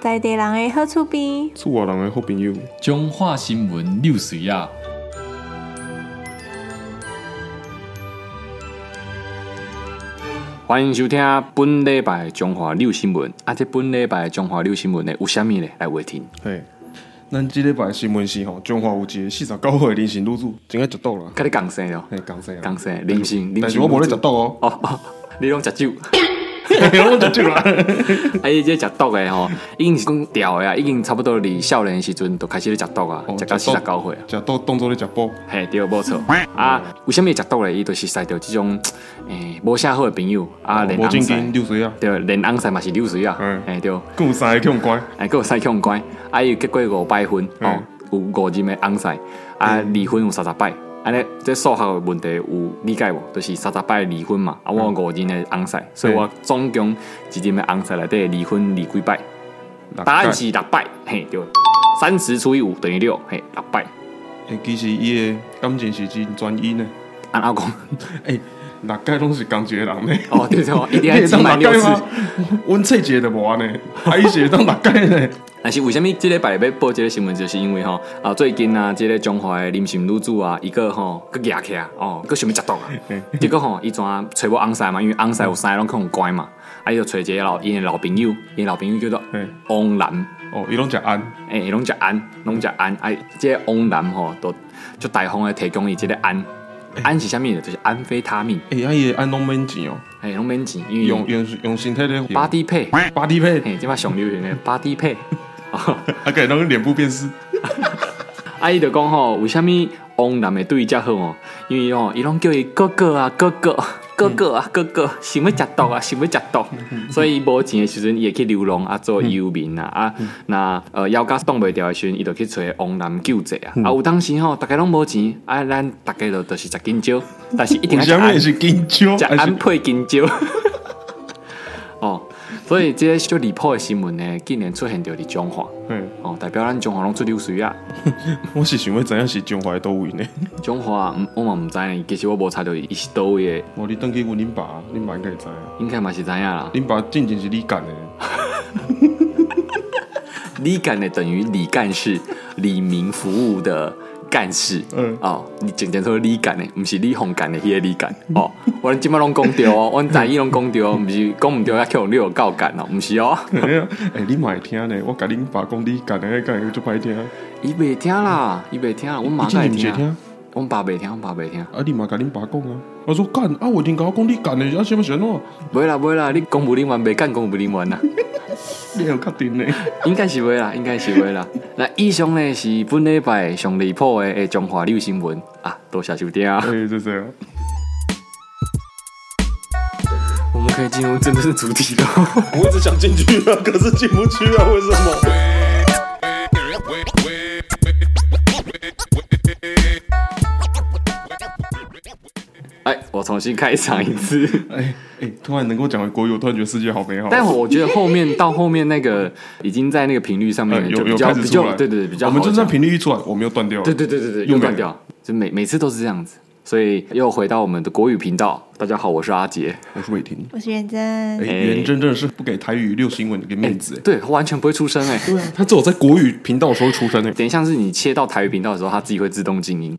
在地人的好厝边，厝外人的好朋友，中华新闻六水啊，欢迎收听本礼拜的中华六新闻。啊，这本礼拜的中华六新闻呢，有啥物呢？来话听。嘿，咱即礼拜的新闻是吼，中华有一个四十九岁的林姓女子，真爱食毒啦，甲你共生哦，嘿，讲啥啊？共生林姓林但是姓我无咧食女子毒哦，哦哦， 你拢食酒， 嘿我食酒啦， 啊，伊这食毒的吼，已经是讲调的啊，已经差不多离少年的时阵就开始咧食毒啊，食到四十九岁啊。哦食毒当做咧食补，嘿，对，无错。啊，为什么会食毒嘞？伊就是识到即种诶无啥好的朋友啊，连哦无翁正婿经，流水啊，对，连翁婿嘛是流水啊嗯，嘿对。更有三个向乖，哎，佫有三强关，啊，伊有结过五摆婚，嗯哦，有五任的翁婿，啊，离婚有三十摆，安尼，这数学的问题有理解无？就是三十摆离婚嘛，啊，我有五任的翁婿，所以嗯我总共一任的翁婿内底离婚离几摆？六答案届是六摆，嘿，对，三十除以五等于六，嘿，六摆。欸，其实伊的感情是真专一呢， 按阿公，欸，六届拢是同一个人呢。 哦，对对，哦一 你定要只买六次。吗？阮册一个都无安 尼，啊，伊是会当六届呢。但是为什么这礼拜要报这个新闻，就是因为吼啊最近啊，这个中华的林姓女子啊，伊个吼佮举起来哦，佮想要食 毒啊，结果吼伊怎啊找无翁婿嘛，因为翁婿有三个拢可能关嘛，啊伊就找一个老伊的老朋友，伊的老朋友叫做嘿翁南，哦，伊拢食安，诶、拢食安，拢食安，啊，这个翁南吼都就大方的提供伊这个安，安是啥物呢？就是安非他命，欸，啊，伊的安拢免钱哦，诶、拢免钱，因为用用用用身体咧 body pay，巴蒂配，嘿、即摆上流行的 body pay。哦啊，改当脸部辨识。啊，伊就讲吼，为什物王男的对伊遮好哦？因为吼，伊拢叫伊哥哥啊，哥哥，嗯哥哥啊，哥哥，想要食毒啊，想要食毒，嗯所以伊无钱的时阵，伊会去流浪啊，做游民啊，啊，嗯那呃腰杆挡袂牢的时阵，伊就去找王男救济嗯啊。啊，有当时吼，大家拢无钱，啊，咱大家就就是食金 蕉，但是一定为要食啥安物是金蕉？食还是安配金蕉。 哦，所以这个小离谱的新闻呢，竟然出现着伫中华，嘿，哦，代表咱中华拢出流水啊。我是想要知影是中华的倒位 呢。中华，嗯我嘛毋知呢，其实我无查到伊是倒位的，哦无你转去阮恁爸，恁爸应该会知影。应该嘛是知影啦。恁爸进前是你干的， 李干的等于李干事，李明服务的干事。嗯哦，你简单说李干的，毋是李红干的迄个李干。哦， 我即摆拢讲对 哦，我大意拢讲对哦，毋是讲毋对，要扣你有够干哦，毋是哦，哎，你嘛会听呢？我甲恁爸讲你干的，干的就歹听。啊伊袂听啦，伊袂听啦，我妈你真会毋是会听听，？阮爸袂听，阮爸袂听。啊，你嘛甲恁爸讲啊。我说干啊，我已经甲我讲你干的，啊，什么什么，袂啦袂啦，你公务人员袂干公务人员啦。你有确定 呢？应该是会啦，应该是会啦。 那以上呢是本礼拜上离谱的诶中华六新闻啊，多谢收听啊！哎，就这样。 我们可以进入真正的主题了。 我一直想进去啊，可是进不去啊，为什么？ 哎，我重新开场一次， 哎哎，突然能够讲回国语，我突然觉得世界好美好。但我觉得后面到后面那个已经在那个频率上面嗯就有比有较开始比出较来，对对对比较我好们就讲。算频率一出来，我们又断掉了。啊对对对对对又又没断掉，就每每次都是这样子。所以又回到我们的国语频道，大家好，我是阿杰。我是伟霆。我是元真。哎，袁真真的是不给台语六新闻一个面子。哎对，完全不会出声哎、哎他只有在国语频道的时候出生的。等一下是你切到台语频道的时候，它自己会自动静音。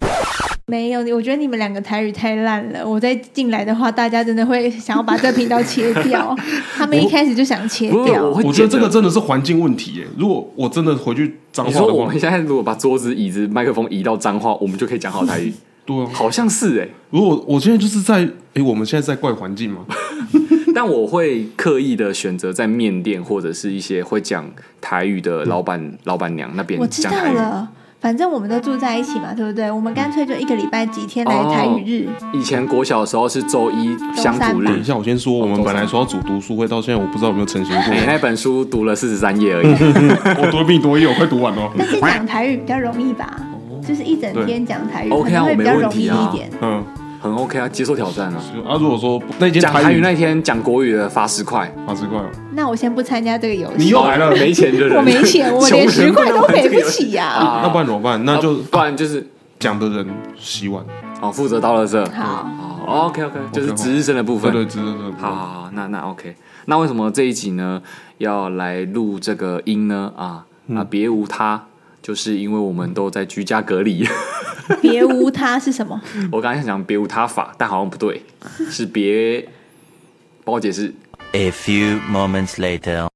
没有，我觉得你们两个台语太烂了。我再进来的话，大家真的会想要把这频道切掉。他们一开始就想切不是，我掉。会我觉得剪这的个真的是环境问题耶。如果我真的回去脏你话说的我话们，现在如果把桌子、椅子、麦克风移到脏话，我们就可以讲好台 语，对啊，好像是哎、如果我现在就是在，哎，我们现在在怪环境嘛？但我会刻意的选择在面店或者是一些会讲台语的老板、老板娘那边嗯我知讲道台语。了，反正我们都住在一起嘛，对不对？我们干脆就一个礼拜几天来台语日。以前国小的时候是周一嗯乡土周等一日，下，我先说，我们周本三来说要组读书会，到现在我不知道有没有成型过你、。哎那本书读了四十三页 而已。我读的比你多一点，我快读完了。但是讲台语比较容易吧？就是一整天讲台语，可 OK 啊能会比较我没容问易题啊一点。嗯，很 OK 啊，接受挑战啊。就啊，如果说不那一间讲台台语那天讲国语的罚十块，八十块哦，那我先不参加这个游你戏又。来了哦没钱的人，我没钱，我连十块都赔不起呀、哦啊那不然怎么办？那那就就不然就是讲的人洗碗。哦，负责到了这。好，哦 OK OK，就是值日生的部对分。对，知道知道。好好好，那那 OK，那为什么这一集呢要来录这个音呢？啊、嗯啊，别无他，就是因为我们都在居家隔离。别无他是什么？ 我刚才想讲别无他法，但好像不对，是别帮我解释， A few moments later.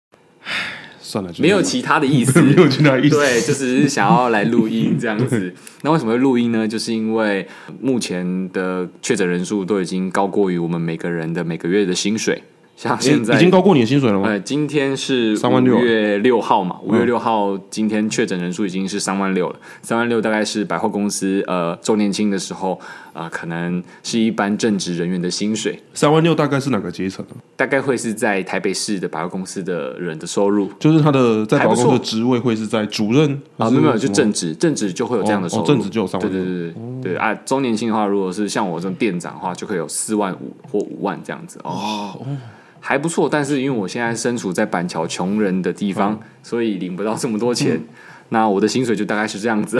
算了，就没有其他的意 思，没有其他意思对，就只是想要来录音这样子。那为什么会录音呢？就是因为目前的确诊人数都已经高过于我们每个人的每个月的薪水，像现在已经高过你的薪水了吗？呃，今天是3万五六月六号嘛，五月嗯六号今天确诊人数已经是三万六了，三万六大概是百货公司呃周年庆的时候啊、呃可能是一般正职人员的薪水，三万六大概是哪个阶层啊？大概会是在台北市的百货公司的人的收入就是他的在保还不公错的职位会是在主任啊，还没是有没有，就什么正职，正职就会有这样的哦收入，哦正职就有3万对六对对对对啊，周年庆的话，如果是像我这种店长的话，就可以有四万五或五万这样子哦。还不错，但是因为我现在身处在板桥穷人的地嗯方，所以领不到这么多钱，那我的薪水就大概是这样 子，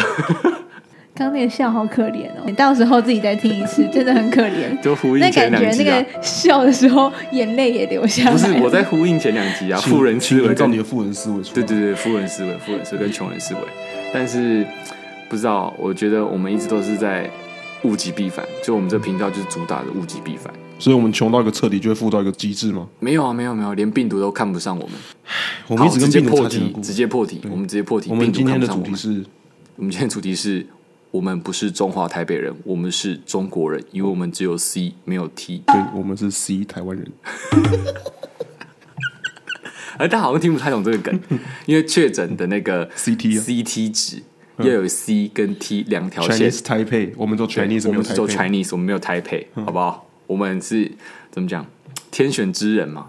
刚刚那个笑好可怜哦，你到时候自己再听一 次，真的很可怜。就呼那感应觉前两那集啊。个笑的时候，眼泪也流下来。不是我在呼应前两集啊，请富人思请维营造跟你的富人思维出来。对对对，富人思维、富人思维跟穷人思维，但是不知道，我觉得我们一直都是在物极必反，就我们这频道就是主打的物极必反。所以我们穷到一个彻底，就会富到一个极致嘛。没有啊，没有没有，连病毒都看不上我们。我我们一直直跟接病毒破擦肩而题，过。直接破题，我们直接破题。我们病毒今看天不的上主我题们。是我们今天的主题是我们不是中华台北人，我们是中国哦人，因为我们只有 C 没有 T。对，我们是 C 台湾人，而哎大家好像听不太懂这个 梗，因为确诊的那个 CT 啊嗯 CT 值要有 C 跟 T 两条线 Chinese Taipei，我们做对 Chinese 我没有嗯们是做 Taipei。 Chinese，我们没有台北，好不好？我们是怎么讲？天选之人嘛，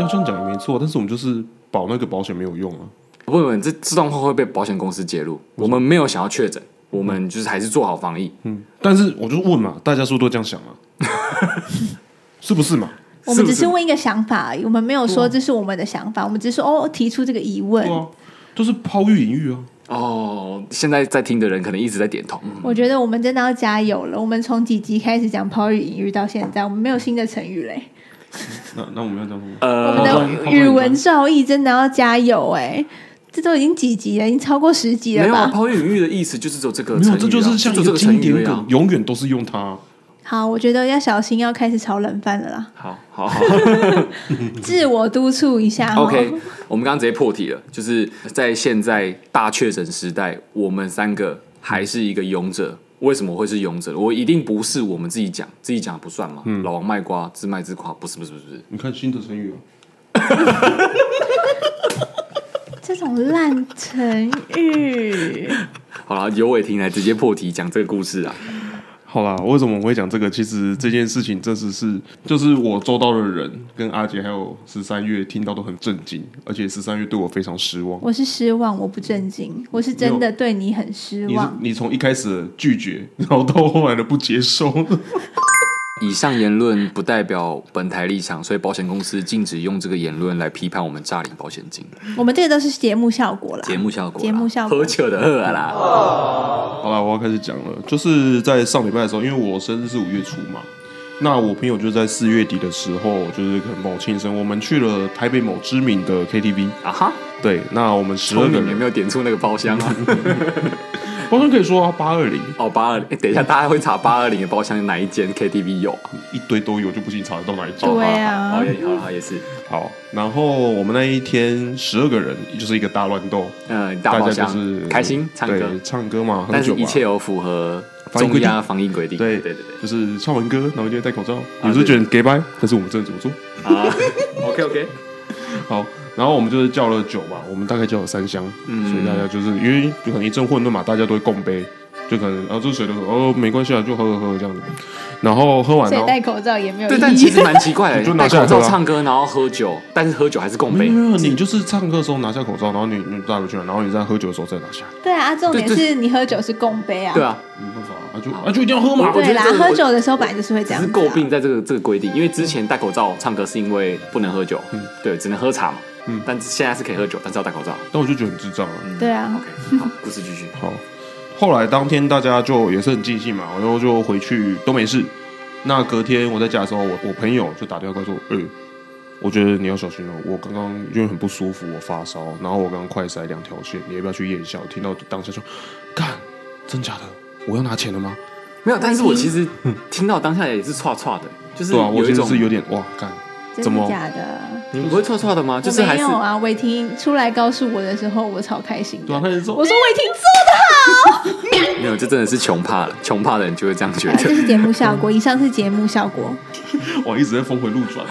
要这样讲也没错，但是我们就是保那个保险没有用啊。问问这这段话会被保险公司揭露。我们没有想要确诊，我们就是还是做好防疫，嗯，但是我就问嘛，大家是不是都这样想啊？ 是不是嘛？ 我们不只是问一个想法而已，我们没有说这是我们的想法，我们只是说哦提出这个疑问对。啊，就是抛玉引玉啊。哦，现在在听的人可能一直在点头。嗯我觉得我们真的要加油了。我们从几集开始讲抛语隐喻到现在，我们没有新的成语嘞。那那我们要讲什么？我呃，们好吧好的吧语文造诣真的要加油哎、这都已经几集了，已经超过十集没了有啊，吧？抛玉引玉的意思就是只有这个没成语有，啊，这就是像一就这个个经成语典而已啊梗，。永远都是用它啊。好，我觉得要小心，要开始炒冷饭了啦。好好好自我督促一下哦。嗯，OK，我们刚刚直接破题了，就是在现在大确诊时代，我们三个还是一个勇者。为什么会是勇者？我一定不是我们自己讲，自己讲不算嘛。嗯老王卖瓜，自卖自夸，不是不是不是，你看新的成语啊，这种烂成语，好了，由伟霆来直接破题讲这个故事啊。好啦，为什么我会讲这个？其实这件事情，这只是就是我周到的人跟阿杰还有十三月听到都很震惊，而且十三月对我非常失望。我是失望，我不震惊，我是真的对你很失你是望。你从一开始的拒绝，然后到后来的不接受，以上言论不代表本台立场，所以保险公司禁止用这个言论来批判我们诈领保险金。我们这个都是节目效果啦，节目效果啦，节目效果喝酒的喝啦。好啦，我要开始讲了，就是在上礼拜的时候，因为我生日是五月初嘛，那我朋友就在四月底的时候，就是可能某庆生，我们去了台北某知名的 KTV，啊哈，对，那我们十二聪个明有人，没有点出那个包厢啊？ 包厢可以说啊八二零哦，八二零，诶等一下大家会查八二零的包厢哪一间 KTV 有啊？一堆都有，就不信查得到哪一家。对啊哦好好好也好好也是，好，然后我们那一天十二个人就是一个大乱斗，嗯，大大包家就厢是开心唱歌对，唱歌嘛，喝但是酒嘛一切有符合防疫中规定央防疫规定。对对对对，就是唱完歌，然后就戴口罩，啊有时候觉得 gay 拜，但是我们真的怎么做？啊，OK OK，好，然后我们就是叫了酒嘛，我们大概叫了三箱，所以大家就是因为就可能一阵混沌嘛，大家都会共杯，就可能啊这是谁的哦没关系啊，就喝喝喝这样子，然后喝完所然以后戴口罩也没有对，意但其义。实蛮奇 怪就的，戴拿下口来喝啊嗯罩唱歌，然后喝酒，但是喝酒还是共没杯有。没有，你就是唱歌的时候拿下口罩，然后你你戴回去，然后你在喝酒的时候再拿下，对啊，重点对是你喝酒是共杯啊。对啊，没办法啊，就啊就一定要喝嘛，我觉对得啦这个，我喝酒的时候本来就是会这只样是子啊。诟病在这个这个规定，因为之前戴口罩唱歌是因为不能喝酒，对，只能喝茶嘛。嗯但现在是可以喝酒，但是要戴口罩。但我就觉得很智障啊。对啊 OK，好，故事继续。好，哦后来当天大家就也是很尽兴嘛，然后就回去都没事。那隔天我在家的时候，我我朋友就打电话过来说：“哎、我觉得你要小心哦，我刚刚因为很不舒服，我发烧，然后我刚刚快塞两条线，你要不要去验一下？”我听到当下说：“干，真假的？我要拿钱了吗？”没有，但是我其实听到当下也是歘歘的，就是对啊，我有一真的种是有点哇，干，怎真的么假的？你们不会歘歘的吗？就是我还没是有啊，伟霆出来告诉我的时候，我超开心的。对啊，他就说我说伟霆做没有，这真的是穷怕了，穷怕的人就会这样觉 的，这得。是节目效果，以上是节目效果。我一直在峰回路转。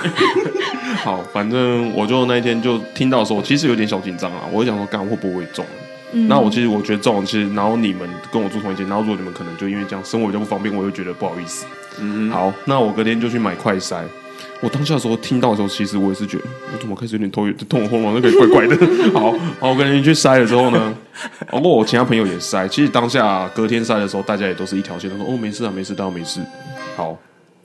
好，反正我就那一天就听到的时候，其实有点小紧张啊。我就想说，干会不会中？嗯那我其实我觉得中，其实然后你们跟我住同一间，然后如果你们可能就因为这样生活比较不方便，我就觉得不好意思。嗯哼，好，那我隔天就去买快筛。我当下的时候听到的时候，其实我也是觉得，我怎么开始有点头有痛，我喉咙那个怪怪的。 好，好，我跟人去筛了之后呢，包括我其他朋友也筛。其实当下隔天筛的时候，大家也都是一条线，都说哦没事啊，没事，当然没事。好，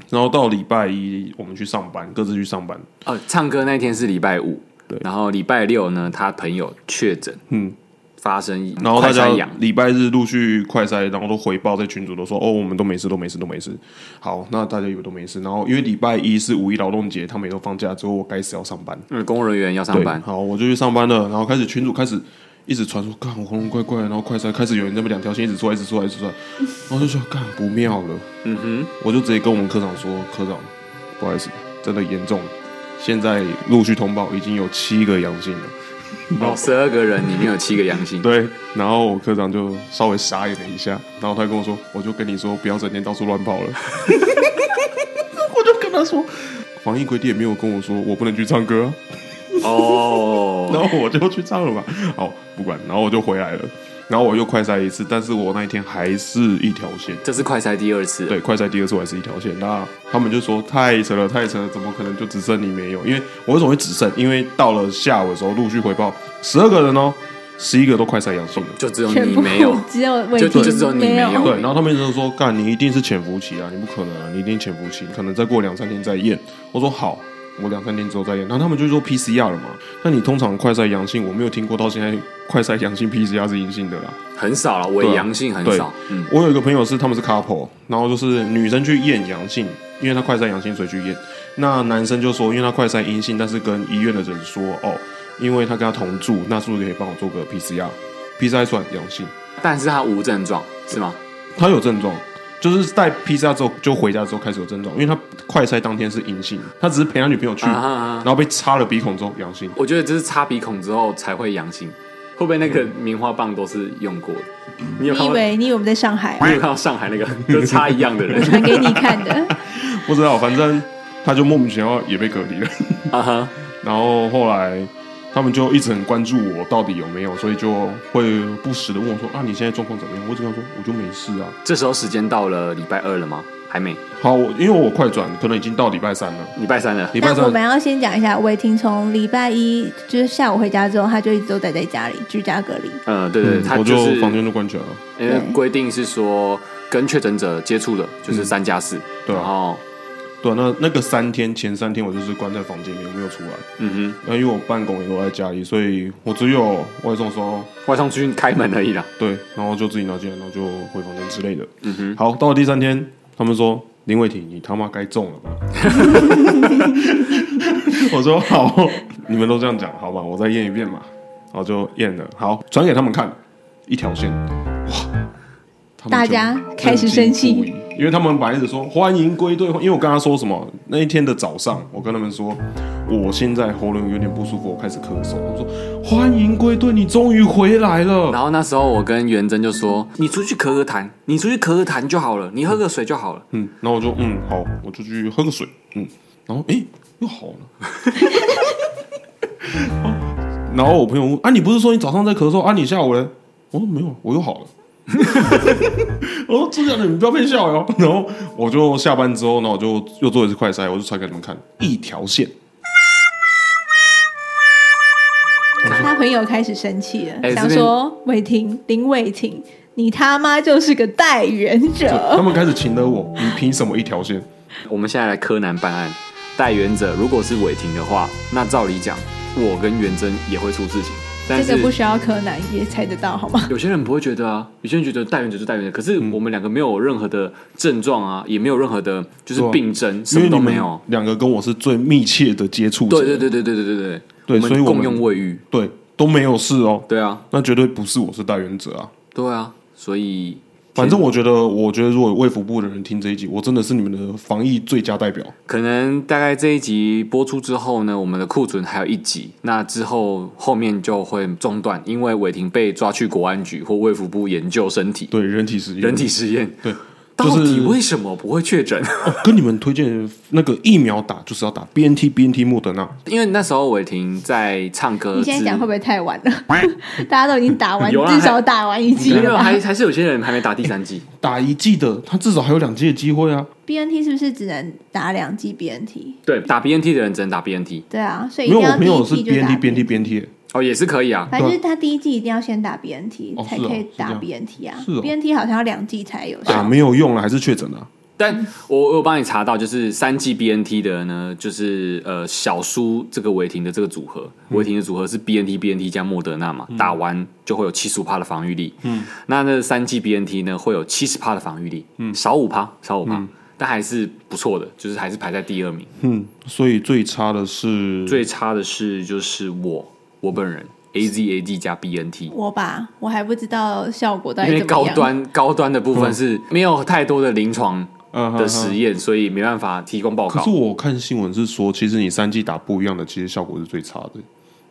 然后到礼拜一我们去上班，各自去上班。哦，唱歌那天是礼拜五，对然后礼拜六呢，他朋友确诊嗯，发生然后大嗯快家筛阳，礼拜日陆续快筛，然后都回报在群主都说哦，我们都没事，都没事，都没事。好，那大家以为都没事。然后因为礼拜一是五一劳动节，他们也都放假，之后我该死要上班。嗯，公务人员要上对，班，好，我就去上班了，然后开始群主开始一直传说，干我喉咙怪怪的，然后快塞，开始有人在那边两条线一直出来，一直出来，一直 出来，然后就说干不妙了，嗯哼，我就直接跟我们科长说，科长，不好意思，真的严重了，现在陆续通报已经有七个阳性了。哦，十二个人里面有七个阳性，对，然后我科长就稍微傻眼了一下，然后他跟我说：“我就跟你说，不要整天到处乱跑了。” 我就跟他说，防疫规定也没有跟我说我不能去唱歌啊、哦，然后我就去唱了嘛。好，不管，然后我就回来了，然后我又快筛一次，但是我那一天还是一条线。这是快筛第二次，对，，快筛第二次我还是一条线，那他们就说太扯了，太扯了，怎么可能就只剩你没有？因为我为什么会只剩？因为到了下午的时候陆续回报，十二个人哦，十一个都快筛阳性了。就只有全你部没有，只有伟就霆就只有你没没有对，然后他们就说：“干，你一定是潜伏期啊，你不可能、啊，你一定潜伏期，可能再过两三天再验。”我说：“好，我两三天之后再验。”然后他们就说 PCR 了嘛，那你通常快筛阳性，我没有听过到现在 快筛阳性 PCR 是阴性的啦。很少了，伪阳性很对少，嗯，我有一个朋友是他们是 couple，然后就是女生去验阳性，因为她快筛阳性，所以去验。那男生就说，因为他快筛阴性，但是跟医院的人说，哦，因为他跟他同住，那是不是可以帮我做个 PCR？PCR 算阳性。但是他无症状是吗？他有症状，就是在 PCR 之后就回家之后开始有症状，因为他快筛当天是阴性，他只是陪他女朋友去，啊哈哈然后被插了鼻孔之后阳性。我觉得这是插鼻孔之后才会阳性，会不会那嗯个棉花棒都是用过的？你有你看以到？为你以为我们在上海啊、你有看到上海那个就插一样的人我？ 传给你看的，不知道，反正他就莫名其妙也被隔离了。 啊哈，然后后来他们就一直很关注我到底有没有，所以就会不时的问我说啊你现在状况怎么样？我只跟他说我就没事啊。这时候时间到了，礼拜二了吗？还没，好，我因为我快转，可能已经到礼拜三了。礼拜三了。礼拜但我三们要先讲一下，伟霆从礼拜一就是下午回家之后，他就一直都待在家里居家隔离。呃，对对，他嗯我就就是房间就关起来了。因为对规定是说跟确诊者接触的，就是三加四。对啊然后对啊，那那个三天前三天我就是关在房间里面没有出来。嗯那因为我办公也都在家里，所以我只有外送的时候，哼，外送出去开门而已啦。对，然后就自己拿进来，然后就回房间之类的。嗯哼，好，到了第三天，他们说林伟霆，你他妈该中了吧？ 我说好，你们都这样讲，好吧，我再验一遍嘛。然后就验了，好，传给他们看，一条线，哇，他们大就家开始生气震惊不已，因为他们本来一直说欢迎归队，因为我跟他说什么那一天的早上，我跟他们说我现在喉咙有点不舒服，我开始咳嗽，我说欢迎归队，你终于回来了。然后那时候我跟元真就说：“嗯你出去咳咳痰，你出去咳咳痰就好了，你喝个水就好了。嗯，然后我就嗯好，我就去喝个水，嗯，然后诶又好了。 哦然后我朋友问啊，你不是说你早上在咳嗽啊？你下午嘞？我说没有，我又好了。 我说这样的你不要被笑哟。 然后我就下班之后，然后我就又做一次快筛，我就传给你们看，一条线。他朋友开始生气了，哎这边想说伟霆林伟霆，你他妈就是个代言他者。们开始请了我，你凭什么一条线？我们现在来柯南办案，代原者如果是违停的话，那照理讲，我跟元真也会出事情。但这是个不需要柯南也猜得到好吗？有些人不会觉得啊，有些人觉得带原者就带原者，可是嗯我们两个没有任何的症状啊，也没有任何的，就是对啊病症，什因为么都你们没有。两个跟我是最密切的接触者，对对对对对对对对我所以们我们共用卫浴。对都没有事哦，对啊，那绝对不是我是代言者啊。对啊，所以反正我觉得，我觉得如果卫福部的人听这一集，我真的是你们的防疫最佳代表。可能大概这一集播出之后呢，我们的库存还有一集，那之后后面就会中断，因为伟霆被抓去国安局或卫福部研究身体、对人体实验，人体实验，对，到就是底为什么不会确诊？ 哦跟你们推荐那个疫苗打就是要打 B N T B N T 莫德纳，因为那时候伟霆在唱歌之，你现在讲会不会太晚了？ 大家都已经打完，呃有啊至少打完一剂没有，了吧还还是有些人还没打第三剂。打一剂的他至少还有两剂的机会啊。 ？BNT 是不是只能打两剂 BNT？对，打 BNT 的人只能打 BNT，对啊，所以一没有，定我要第朋一友是剂 B 就 N 打 T B N T B N T，哦，也是可以啊。反正就是他第一季一定要先打 BNT 哦才是哦可以是这打样 BNT 啊是哦，BNT 好像要两季才有打效。没有用了，还是确诊了啊。但我我有帮你查到，就是三剂 BNT 的呢，就是呃小苏这个韦霆的这个组合，韦霆的组合是 BNT BNT 加莫德纳嘛，打完就会有七十五帕的防御力。嗯，那那三剂 BNT 呢会有七十帕的防御力，嗯，少五帕，少五帕。但还是不错的，就是还是排在第二名。嗯，所以最差的是最差的是就是我我本人 A Z A D 加 B N T，我吧，我还不知道效果到因底怎为么高样。端高端的部分是没有太多的临床嗯的实。验，所以没办法提供报可告是。我看新闻是说，其实你三剂打不一样的，其实效果是最差的。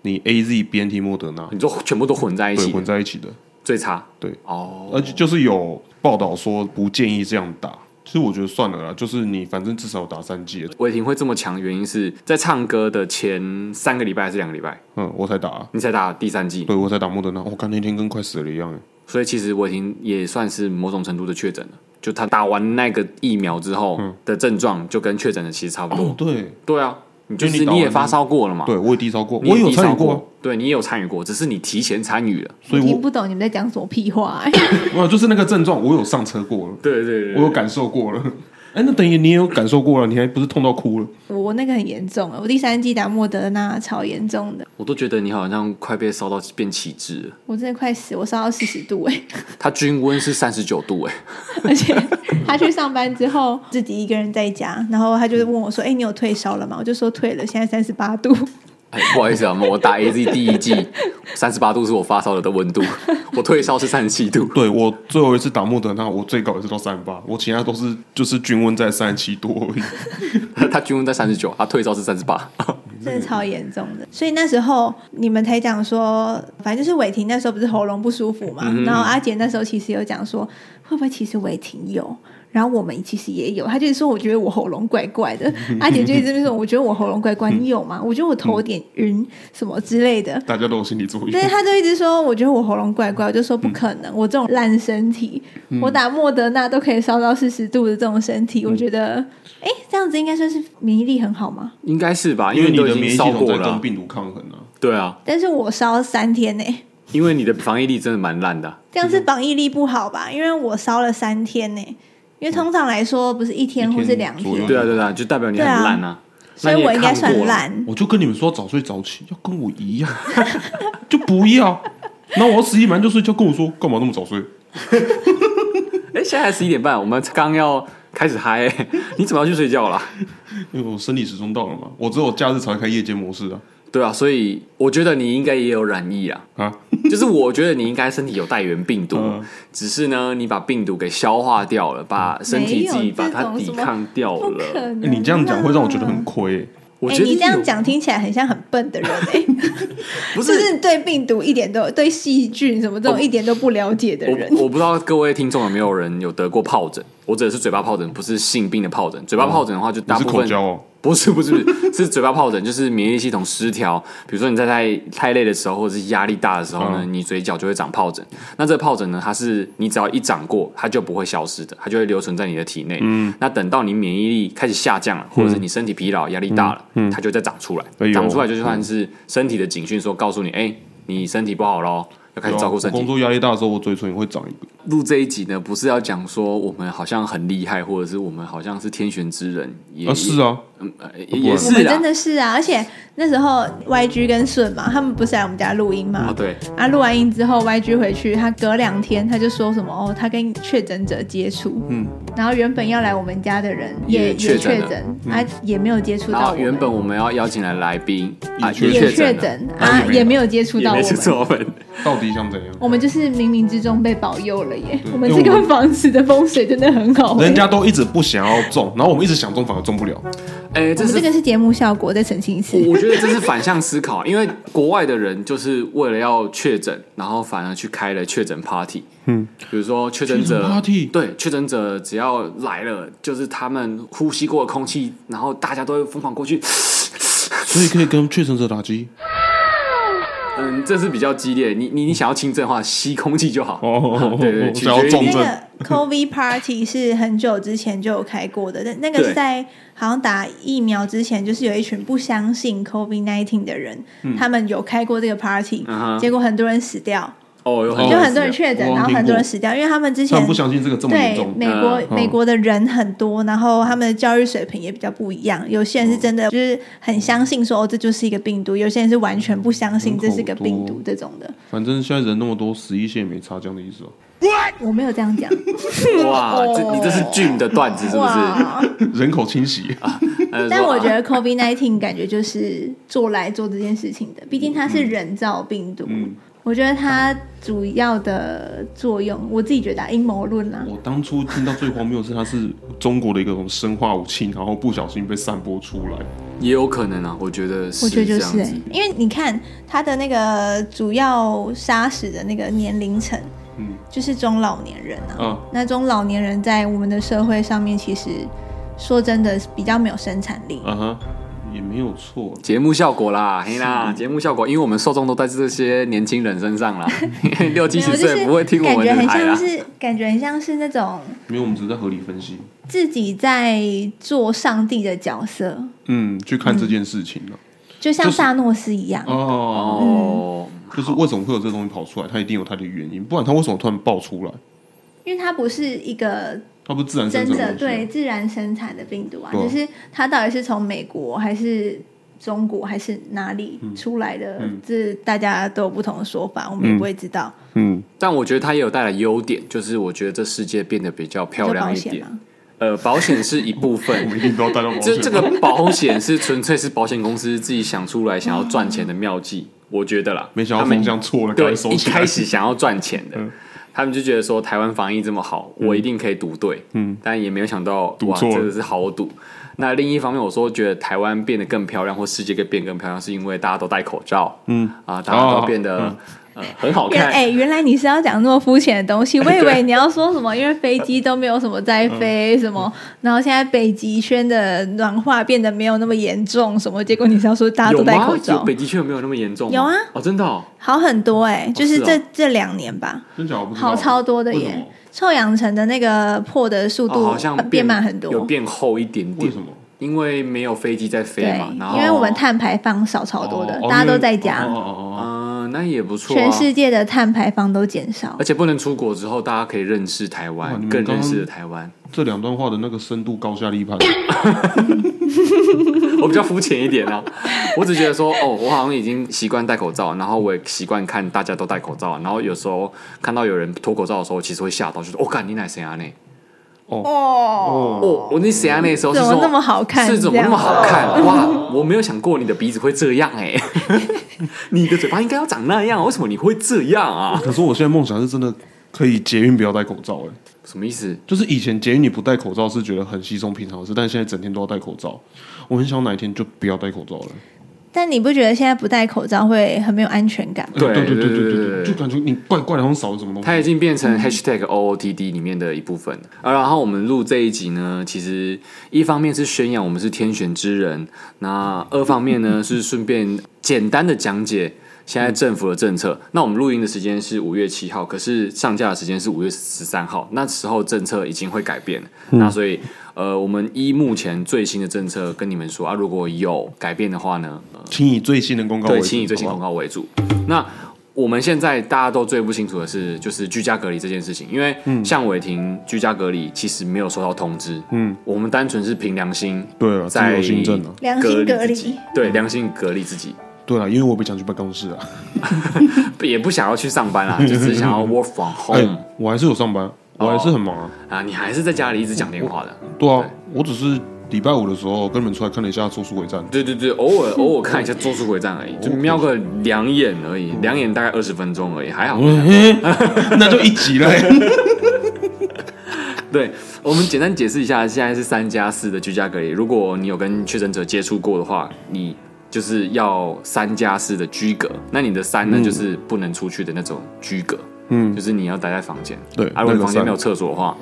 你 A Z B N T 莫德纳你就全部都混在一对起混，在一起的，最差对哦。而且就是有报道说不建议这样打。其实我觉得算了啦，就是你反正至少打三剂了，伟霆会这么强，原因是在唱歌的前三个礼拜还是两个礼拜，嗯，我才打，你才打第三季，对我才打莫德纳，我看那天跟快死了一样欸，所以其实伟霆也算是某种程度的确诊了。就他打完那个疫苗之后的症状，就跟确诊的其实差不嗯哦多。，对，对啊，你就因是为你打你也完发烧过了嘛？对我也低烧过，你也我有低参烧与过啊，，对你也有参与过，只是你提前参与了。所以我听我不懂你们在讲什么屁话、 哎我就是那个症状，我有上车过了，对对对我有感受过了。哎，那等于你也有感受过了，你还不是痛到哭了？我我那个很严重啊，我第三季打莫德纳超严重的，我都觉得你好像快被烧到变起质了。我真的快死，我烧到四十度哎、它均温是三十九度、哎， 而且他去上班之后自己一个人在家，然后他就问我说：“哎、你有退烧了吗？”我就说退了，现在三十八度。哎，不好意思啊，我打 A Z 第一季三十八度是我发烧了的温度，我退烧是三十七度。对我最后一次打莫德纳，我最高也是到三八，我其他都是就是均温在三十七度而已。它均温在三十九，它啊退烧是三十八。 真的超严重的。所以那时候你们才讲说，反正就是伟霆那时候不是喉咙不舒服嘛，然后阿杰那时候其实有讲说，会不会其实伟霆有。然后我们其实也有，他就是说，我觉得我喉咙怪怪的。阿姐就一直在说，我觉得我喉咙怪怪，你有吗？我觉得我头有点晕，什么之类的。大家都有心理作用但，啊是他就一直说，我觉得我喉咙怪怪，我就说不可能，我这种烂身体，我打莫德纳都可以烧到四十度的这种身体，我觉得，哎，这样子应该算是免疫力很好吗？应该是吧，因因为为你都的已免疫经系烧统过在了跟啊。病毒抗衡啊。对啊，但是我烧三天呢、因为你的防疫力真的蛮烂的，啊这嗯样是防疫力不好吧？因为我烧了三天呢、因为通常来说不是一天一天或是两左右天，对啊，对啊，就代表你很烂啊。所以我应该算那你也看烂。我就跟你们说早睡早起，要跟我一样， 就不要。然后我十一晚就睡觉，跟我说干嘛那么早睡？过了。哎，现在十一点半，我们刚要开始嗨、哎 你怎么要去睡觉了？啊因为我生理时钟到了嘛，我只有假日才会开夜间模式啊对啊，所以我觉得你应该也有染 疫啊。啊！就是我觉得你应该身体有带源病毒，嗯只是呢，你把病毒给消化掉了，把身体自己把它抵抗掉不可了。能、啊欸你这样讲会让我觉得很。亏、欸。我哎、觉得你这有样讲听起来很像很笨 的人哎、不就是是对病毒一点都对细菌什么哦这种一点都不了解的人，我我不知道各位听众有没有人有得过疱疹，我指的是嘴巴疱疹，不是性病的疱疹。嘴哦巴疱疹的话，就你大是部口分交哦， 不是不是不是是嘴巴疱疹，就是免疫力系统失调。比如说你在太太累的时候，或者是压力大的时候呢，嗯你嘴角就会长疱疹。那这个疱疹呢，它是你只要一长过，它就不会消失的，它就会留存在你的体内。嗯，那等到你免疫力开始下降了，或者是你身体疲劳、压力大了，它就再长出来。嗯哎呦长出来就算是身体的警讯，说告诉你，哎、你身体不好喽，要开始照顾身啊我工体。作压力大的时候，我嘴唇也会长一个。录这一集呢，不是要讲说我们好像很厉害，或者是我们好像是天选之人，也啊，是啊，嗯呃也我是们啦真。的是啊，而且那时候 YG 跟顺嘛，他们不是来我们家录音嘛？哦，对，啊，录完音之后，YG 回去，他隔两天他就说什么哦，他跟确诊者接触，嗯，然后原本要来我们家的人也也确诊确了嗯诊，啊，也没有接触然到我后们原本我们要邀请来的来宾啊，确也确确诊了，诊啊啊也，没也没有接触也到我没去们。做分。到底想怎样？我们就是冥冥之中被保佑了耶！嗯我们因这为我个们房子的风水真的很好耶。人家都一直不想要中，然后我们一直想中，反而中不了。哎，这我们是这个是节目效果，在澄清一次。我我觉得这是反向思考，因为国外的人就是为了要确诊，然后反而去开了确诊 party。嗯，比如说确诊确者诊 party 对确诊者只要来了，就是他们呼吸过的空气，然后大家都会疯狂过 去。所以可以跟确诊者打击嗯，这是比较激烈。你你你想要轻症的话，吸空气就好。哦对对，我取想要决于重你那症个 COVID party 是很久之前就有开过的，但那个对是在好像打疫苗之前，就是有一群不相信 COVID nineteen 的人，嗯他们有开过这个 party，、嗯哼结果很多人死掉，哦，有很啊哦就很多人确确诊，我好然像后听很多过人死掉，因为他们之他前们不相信这个这么严对重。美国、嗯美国的人很多，然后他们的教育水平也比较不一样，有些人是真嗯的就是很相信说、哦、这就是一个病毒，有些人是完全不相信人口这是个病多毒这种的，反正现在人那么多，十一线也没差，这样的意思哦。 我没有这样讲，哇，这你这是俊的段子是 不是？哇。人口清洗，呃但说我觉啊得 COVID nineteen 感觉就是做来做这件事情嗯的，毕竟它是人造病毒。嗯我觉得它主要的作用，我自己觉得、啊、阴谋论啦、我当初听到最荒谬的是，它是中国的一个什么生化武器，然后不小心被散播出来。也有可能啊，我觉得我是觉得这就样是、子。欸因为你看它的那个主要杀死的那个年龄层，嗯就是中老年人啊。哦嗯那中老年人在我们的社会上面，其实说真的比较没有生产力。哦啊哈，也没有错。节目效果啦，嘿啦，节目效果，因为我们受众都在这些年轻人 身上啦， 六七没有十就是岁不会听我感们觉的很台啊像啦。是，感觉很像是那种没有，我们只是在合理分析。自己在做上帝的角色，嗯，去看这件事情了、就像萨诺斯一样。哦，哦，嗯就是为什么会有这东西跑出来，它一定有它的原因，不然它为什么突然爆出来？因为它不是一个它不是自然真生成的东西啊对自然生产的病毒啊，对啊就是它到底是从美国还是中国还是哪里出来的，这大家都有不同的说法，我们也不会知道。嗯，但我觉得它也有带来优点，就是我觉得这世界变得比较漂就亮保一险点。嘛，呃，保险是一部我分，们一定不要带到 保这险。这个保险是纯粹是保险公司自己想出来想要赚钱的妙计，我觉得啦。没想到他们方向错了，赶对快收一起来开。始想要赚钱的嗯，他们就觉得说台湾防疫这么好，我一定可以赌对。嗯，但也没有想到赌哇，错了真的是好赌。那另一方面，我说觉得台湾变得更漂亮，或世界变得更漂亮，是因为大家都戴口罩，嗯啊，大家哦都变得、嗯呃 很好原看。哎、原来你是要讲那么肤浅的东西，我以为你要说什么，因为飞机都没有什么在飞什么，然后现在北极圈的暖化变得没有那么严重什么，结果你是要说大家有都戴吗口？有罩北，极圈有没有那么严重吗？有啊哦，真的哦，好很多哎、就是是哦这、这两年吧，真假我不知道。好超多的耶。臭氧层的那个破的速哦度呃好像变慢很多，有变厚一点哦为点什。么？因为没有飞机在飞对嘛，然，后因为我们碳排放少超多的，哦大家都在家，哦哦哦哦嗯、那也不错、啊，全世界的碳排放都减少而。且不能出国之后，大家可以认识台哇你湾，们更刚认识了台湾。哦，这两段话的那个深度高下立 判。我比较肤浅一点啊，我只觉得说，哦，我好像已经习惯戴口罩，然后我也习惯看大家都戴口罩，然后有时候看到有人脱口罩的时候，其实会吓到，就是哦，干你奶谁啊呢？哦，哦，哦，我你谁啊那时候是怎么说那么好看是怎么那么好这看？哇，我没有想过你的鼻子会这样哎、 你的嘴巴应该要长那样，为什么你会这样啊？可是我现在梦想是真的可以捷运不要戴口罩，哎，什么意思？就是以前捷运你不戴口罩是觉得很稀松平常的事，但现在整天都要戴口罩。我很想哪一天就不要戴口罩了。但你不觉得现在不戴口罩会很没有安全感吗？对对对对对对对就感觉你怪怪的，好像少了什么东西。它已经变成 hashtag OOTD 里面的一部分了啊。然后我们录这一集呢，其实一方面是宣扬我们是天选之人，那二方面呢是顺便简单的讲解现在政府的政策。那我们录音的时间是五月七号，可是上架的时间是五月十三号，那时候政策已经会改变了。那所以呃，我们依目前最新的政策跟你们说啊，如果有改变的话呢，请以最新的公告为对，主请以最新好广不好告为主。那我们现在大家都最不清楚的是，就是居家隔离这件事情，因为嗯像伟霆居家隔离其实没有收到通知，嗯，我们单纯是凭良心，对啊自在由新政啊良心隔离自己对，良心隔离自己，对啊，因为我不想去办公室啊。也不想要去 上班啦，就只是想要 work from 哎 home 我还是有上哦班，我还是很忙啊。啊，你还是在家里一直讲电话的，对啊，我只是礼拜五的时候跟你们出来看了一下《咒术回 战》，对对对，偶尔偶尔看一下《咒术回战》而已，就瞄个两眼而已，两眼大概二十分钟而已，还好。那就一集 了欸。对，我们简单解释一下，现在是三加四的居家隔离。如果你有跟确诊者接触过的话，你就是要三加四的居隔。那你的三呢，就是不能出去的那种居隔，嗯就是你要待在房间。对啊，如果那你个房间三没有厕所的话，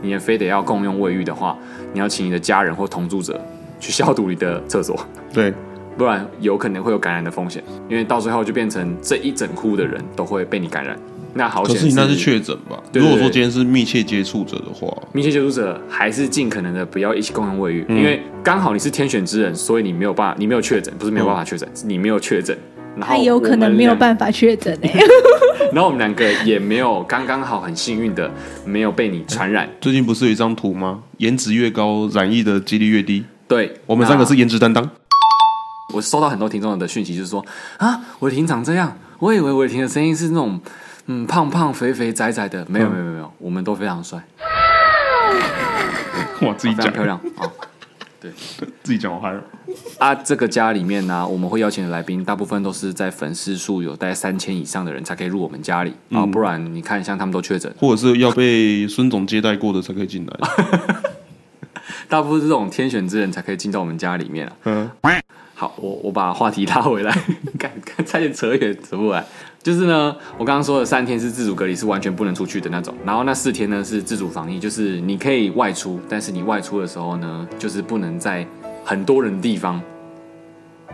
你也非得要共用卫浴的话，你要请你的家人或同住者去消毒你的厕所。对，不然有可能会有感染的风险，因为到最后就变成这一整户的人都会被你感染。那好可险，是你那是确诊吧？对对对如果说今天是密切接触者的话，密切接触者，还是尽可能的不要一起共用卫浴，嗯因为刚好你是天选之人，所以你没有办法，你没有确诊，不是没有办法确诊，是你没有确诊，然后他有可能没有法，办法确诊哎、 然后我们两个也没有刚刚好很幸运的没有被你 传染。最近不是有一张图吗？颜值越高，染疫的几率越低。对，我们三个是那颜值担 当。我收到很多听众的讯息，就是说啊，伟霆长这样，我以为伟霆的声音是那种嗯胖胖肥肥窄窄的，没有没有没有没有，我们都非常帅。我自己非讲 常漂，亮啊、自己讲我嗨哦了。啊！这个家里面呢、我们会邀请的来宾，大部分都是在粉丝数有大概三千以上的人才可以入我们家里啊、不然你看像他们都确诊，或者是要被孙总接待过的才可以进 来。大部分是这种天选之人才可以进到我们家里面啊。嗯，好，我我把话题拉回来，看看差点扯远扯不来。就是呢，我刚刚说的三天是自主隔离，是完全不能出去的那种。然后那四天呢是自主防疫，就是你可以外出，但是你外出的时候呢，就是不能在很多人的地方，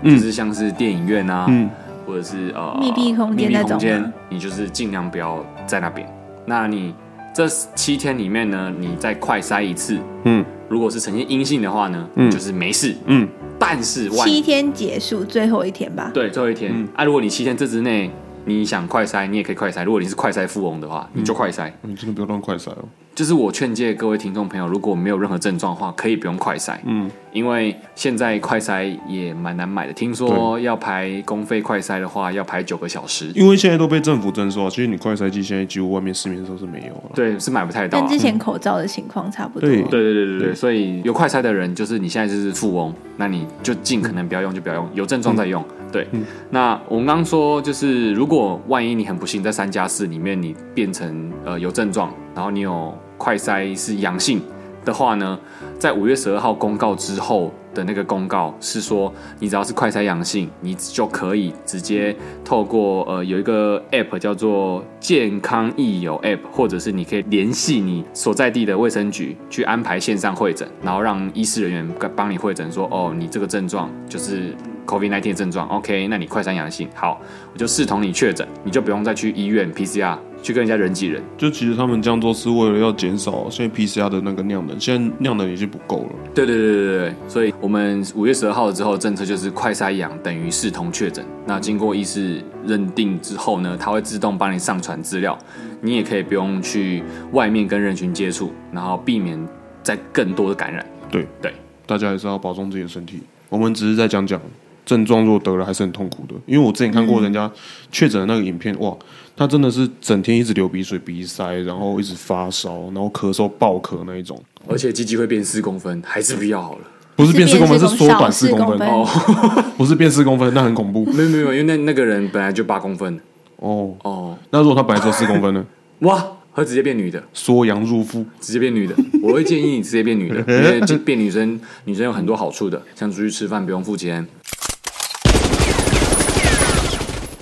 嗯就是像是电影院啊，嗯或者是呃密闭空间密闭那种空间吗，你就是尽量不要在那边。那你这七天里面呢，你再快筛一次，嗯如果是呈现阴性的话呢，嗯就是没事。嗯，但是万一 七天结束，最后一天吧。对，最后一天、嗯啊，如果你七天这之内你想快筛，你也可以快筛。如果你是快筛富翁的话，嗯你就快筛。你真的不要乱快塞哦。就是我劝诫各位听众朋友，如果没有任何症状的话，可以不用快筛，嗯，因为现在快筛也蛮难买的。听说要排公费快筛的话，要排九个小时，因为现在都被政府征收啊，其实你快筛剂现在几乎外面市面上是没有了。对，是买不太到、跟啊之。前口罩的情况差不多。对对对对对对，所以有快筛的人，就是你现在就是富翁，那你就尽可能不要用就不要用，有症状再用。对，那我们刚刚说就是，如果万一你很不幸在三加四里面你变成呃有症状，然后你有快筛是阳性的话呢，在五月十二号公告之后的那个公告是说，你只要是快筛阳性，你就可以直接透过呃有一个 app 叫做健康益友 app，或者是你可以联系你所在地的卫生局去安排线上会诊，然后让医师人员帮你会诊说，哦，你这个症状就是 COVID 1 9症状，OK，那你快筛阳性，好，我就视同你确诊，你就不用再去医院 PCR 去跟人家人挤人。就其实他们这样做是为了要减少现在 PCR 的那个量能，现在量能已经不够了。对对对对对，所以我们五月十二号之后政策就是快筛阳等于视同确诊。那经过医师认定之后呢，它会自动帮你上传资料，你也可以不用去外面跟人群接触，然后避免再更多的感染。对对，大家也是要保重自己的身体。我们只是在讲讲症状，若得了还是很痛苦的。因为我之前看过人家确诊的那个影片，哇，他真的是整天一直流鼻水、鼻塞，然后一直发烧，然后咳嗽爆咳那一种，而且鸡鸡会变四公分，还是不要好了。不是变四公分，是是变四公缩短四少四公公分分哦， 不是变四公分，那很恐怖没有没有，因为那那个人本来就八公分哦。哦，那如果他本来只有四公分呢？哇，会直接变女的。缩阳入腹，直接 变女的，我会建议你直接变女的，因为这变女生，女生有很多好处的，像出去吃饭不用付钱，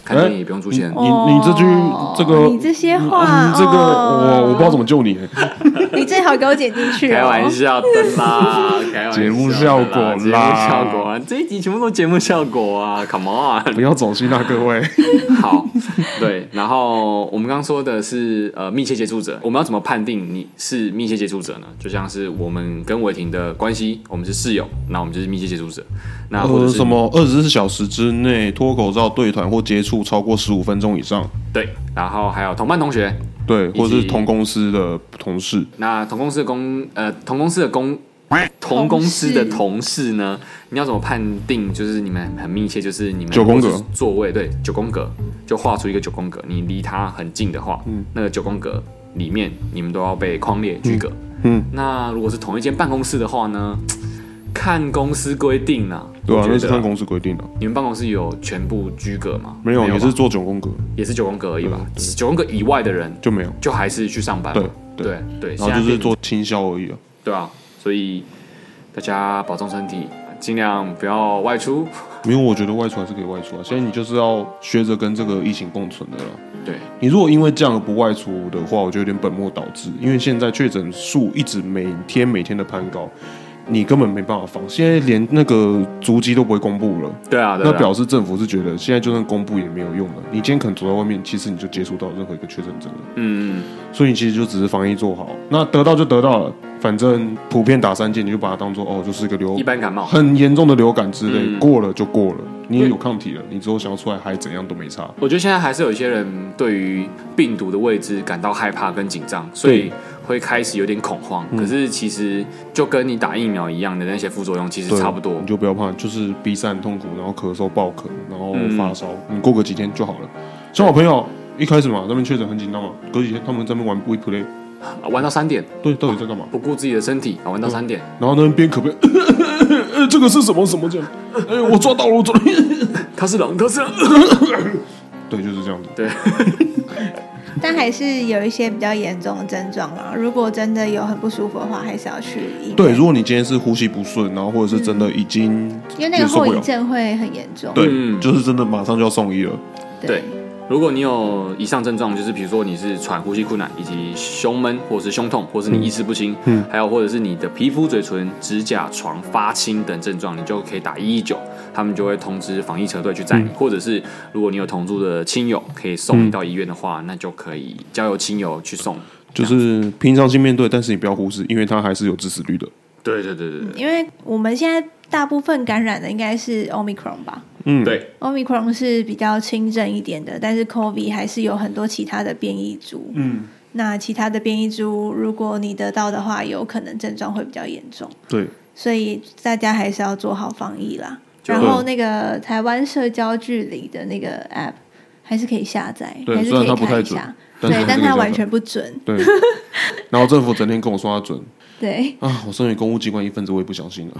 看电影也不用出钱。你你这句哦这个哦你这些话，嗯，这个哦我我不知道怎么救你。欸你最好给我剪进去、哦。开玩笑的啦，开玩笑的啦， 节目效果啦节目效果啊，这一集全部都节目效果啊，Come on， 不要走心啊，各位。好，对，然后我们刚刚说的是呃密切接触者，我们要怎么判定你是密切接触者呢？就像是我们跟伟霆的关系，我们是室友，啊那我们就是密切接触者，那或者呃，是什么二十四小时之内脱口罩对谈或接触处超过十五分钟以上，对，然后还有同班同学，对，及或是同公司的同事，那同公司的公呃同公司的公同公司的同事呢，你要怎么判定？就是你们很密切，就是你们九宫格都是座位，对，九宫格就画出一个九宫格，你离它很近的话，嗯那个九宫格里面你们都要被框列居格。嗯嗯那如果是同一间办公室的话呢，看公司规定啊，对我啊，觉那是得看啊公司规定的，你们办公室有全部居格吗？没有，也吧是嗯做九宫格也是九宫格而已吧，九宫格以外的人就没有，就还是去上班嘛，对啊对对，然后现在就是变做倾销而已啊。对啊，所以大家保重身体，尽量不要外出。因为我觉得外出还是可以外出啊，现在你就是要学着跟这个疫情共存的了。对，你如果因为这样而不外出的话，我就有点本末倒置。因为现在确诊数一直每天每天的攀高，你根本没办法防。现在连那个足迹都不会公布了，对啊，对那啊。表示政府是觉得现在就算公布也没有用了。你今天可能走在外面，其实你就接触到任何一个确诊者了，嗯，所以你其实就只是防疫做好，那得到就得到了，反正普遍打三剂，你就把它当做哦，就是个流一般感冒。很严重的流感之类，嗯过了就过了，你也有抗体了，你之后想要出来还怎样都没差。我觉得现在还是有一些人对于病毒的未知感到害怕跟紧张，所以会开始有点恐慌。嗯可是其实就跟你打疫苗一样的那些副作用其实对差不多你。就不要怕，就是鼻塞很痛苦，然后咳嗽爆咳，然后嗯发烧，你过个几天就好了。像我朋友一开始嘛，那边确诊很紧张嘛，隔几天他们在那边玩 We Play，啊玩到三点，对，到底在干嘛？不顾自己的身体，啊玩到三点，然后那边边咳边， 呃这个是什么什么这样？哎，我抓到了，我抓到了。他是狼，他是狼。 对，就是这样子。对，但还是有一些比较严重的症状啦。如果真的有很不舒服的话，还是要去医院对，如果你今天是呼吸不顺，然后或者是真的已经因为那个也受后不遗了症会很严重。对，嗯就是真的马上就要送医了。对，如果你有以上症状，就是比如说你是喘、呼吸困难，以及胸闷，或者是胸痛，或者是你意识不清，嗯，还有或者是你的皮肤、嘴唇、指甲、床发青等症状，你就可以打一一九，他们就会通知防疫车队去载你，或者是如果你有同住的亲友可以送你到医院的话，那就可以交由亲友去送。就是平常心面对，但是你不要忽视，因为它还是有致死率的。对对对对对，因为我们现在大部分感染的应该是 Omicron 吧嗯，对，Omicron 是比较轻症一点的，但是 COVID 还是有很多其他的变异株。嗯，那其他的变异株，如果你得到的话，有可能症状会比较严重，对，所以大家还是要做好防疫啦。就然后那个台湾社交距离的那个 App 还是可以下载，对还是虽可然它以不看太一准下。但是对，但它它可以下载完全不准。对， 然后政府整天跟我说他准对，啊，我身为公务机关一份子，我也不相信了。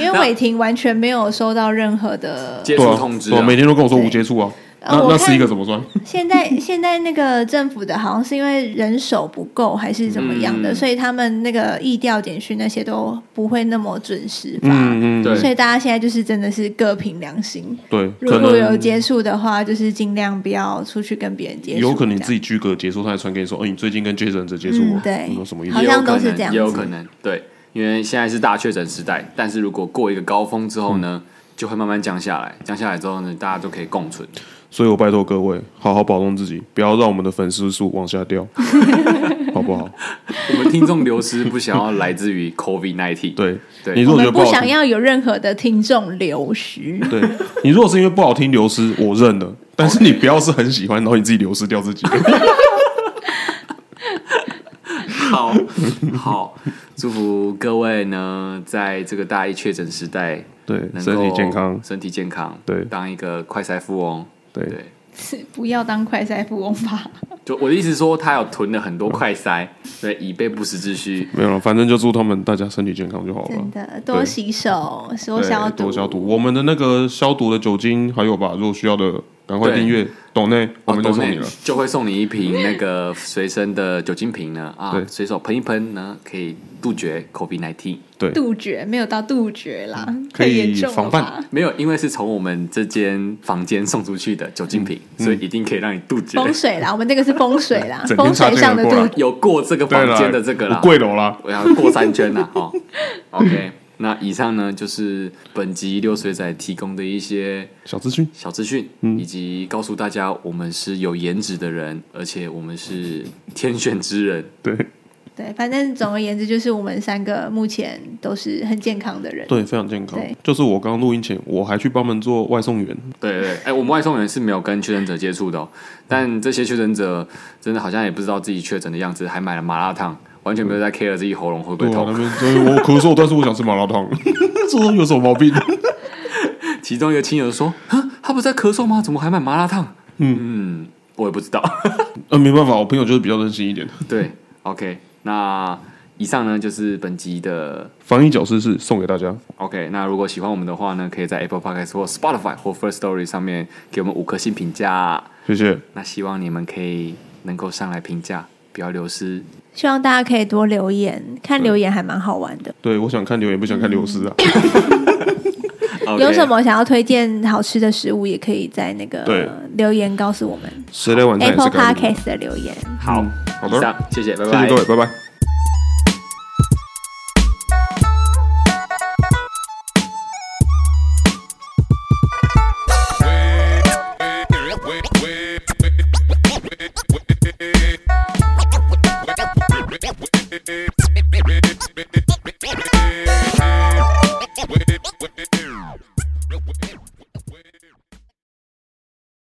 因为伟霆完全没有收到任何的接对触啊，通知对啊、啊，每天都跟我说无接触啊，那呃我那看是一个怎么算？现在现在那个政府的好像是因为人手不够还是怎么样的，嗯所以他们那个意调简讯那些都不会那么准时发。嗯嗯，对所以大家现在就是真的是各凭良心，对，如可果有能接触的话，就是尽量不要出去跟别人接触。有可能你这自样己居隔结束，他还传给你说，哦，你最近跟确诊者接触嗯哦，对你说什么意思好？像都是这样子也有可能，对，因为现在是大确诊时代，但是如果过一个高峰之后呢，就会慢慢降下来，降下来之后呢，大家都可以共存。所以我拜托各位，好好保重自己，不要让我们的粉丝数往下 掉，好不好？我们听众流失不想要来 自于 COVID nineteen，对，对你如我果们觉得不好想听要有任何的听众流失。对你如果是因为不好听流失，我认了。但是你不要是很喜欢，然后你自己流失掉 自己。好好，祝福各位呢，在这个大一确诊时代，对能身够体健康身体健康，对当一个快筛哦富翁，对对。是不要当快赛富翁 吧？就我的意思说，他有囤了很多快筛，对，以备不时之需。没有了，反正就祝他们大家身体健康就好了真。的，多洗手，多对消毒，多消毒。我们的那个消毒的酒精还有吧，如果需要的，赶快对订阅懂内，我们就哦送懂你了内。就会送你一瓶那个随身的酒精瓶呢啊对，随手喷一喷呢，可以杜绝 COVID nineteen。对，杜绝没有到杜绝啦，嗯可太以严重了防吧范没有，因为是从我们这间房间送出去的酒精瓶，嗯所以一定可以让你杜绝。风水啦，我们那个是风水啦 整，天风擦水肩上的而过啦杜有过这个对房啦间的这个啦我，跪楼啦，我要过三 圈啦。哦。OK，那以上呢就是本集六岁仔提供的一些小资讯，小资讯，嗯以及告诉大家我们是有颜值的人，而且我们是天选之人。 对，对，反正总而言之，就是我们三个目前都是很健康的人。对，非常健康对。就是我刚录音前，我还去帮忙做外送员，对对，对哎、我们外送员是没有跟确诊者接触的、哦，但这些确诊者真的好像也不知道自己确诊的样子，还买了麻辣烫，完全没有在 care 自己喉咙会不对会啊，痛那。边所以我咳嗽，但是我想吃麻辣烫， 这有什么毛病？其中一个亲友说：“啊，他不是在咳嗽吗？怎么还买麻辣烫？”嗯我也不知道。 呃，没办法，我朋友就是比较任性一点。对，OK，那以上呢就是本集的防疫角是是送给大家， OK。那如果喜欢我们的话呢，可以在 Apple Podcast 或 Spotify 或 First Story 上面给我们五颗星评价。谢谢。那希望你们可以能够上来评价，不要流失。希望大家可以多留言，看留言还蛮好玩的。对，我想看留言，不想看流失啊。嗯 OK 有什？么想要推荐好吃的食物，也可以在那对个留言告诉我们。谁来晚餐也 Apple 是干 Podcast 的留言。好，好的以上谢谢，拜谢谢各位，拜拜。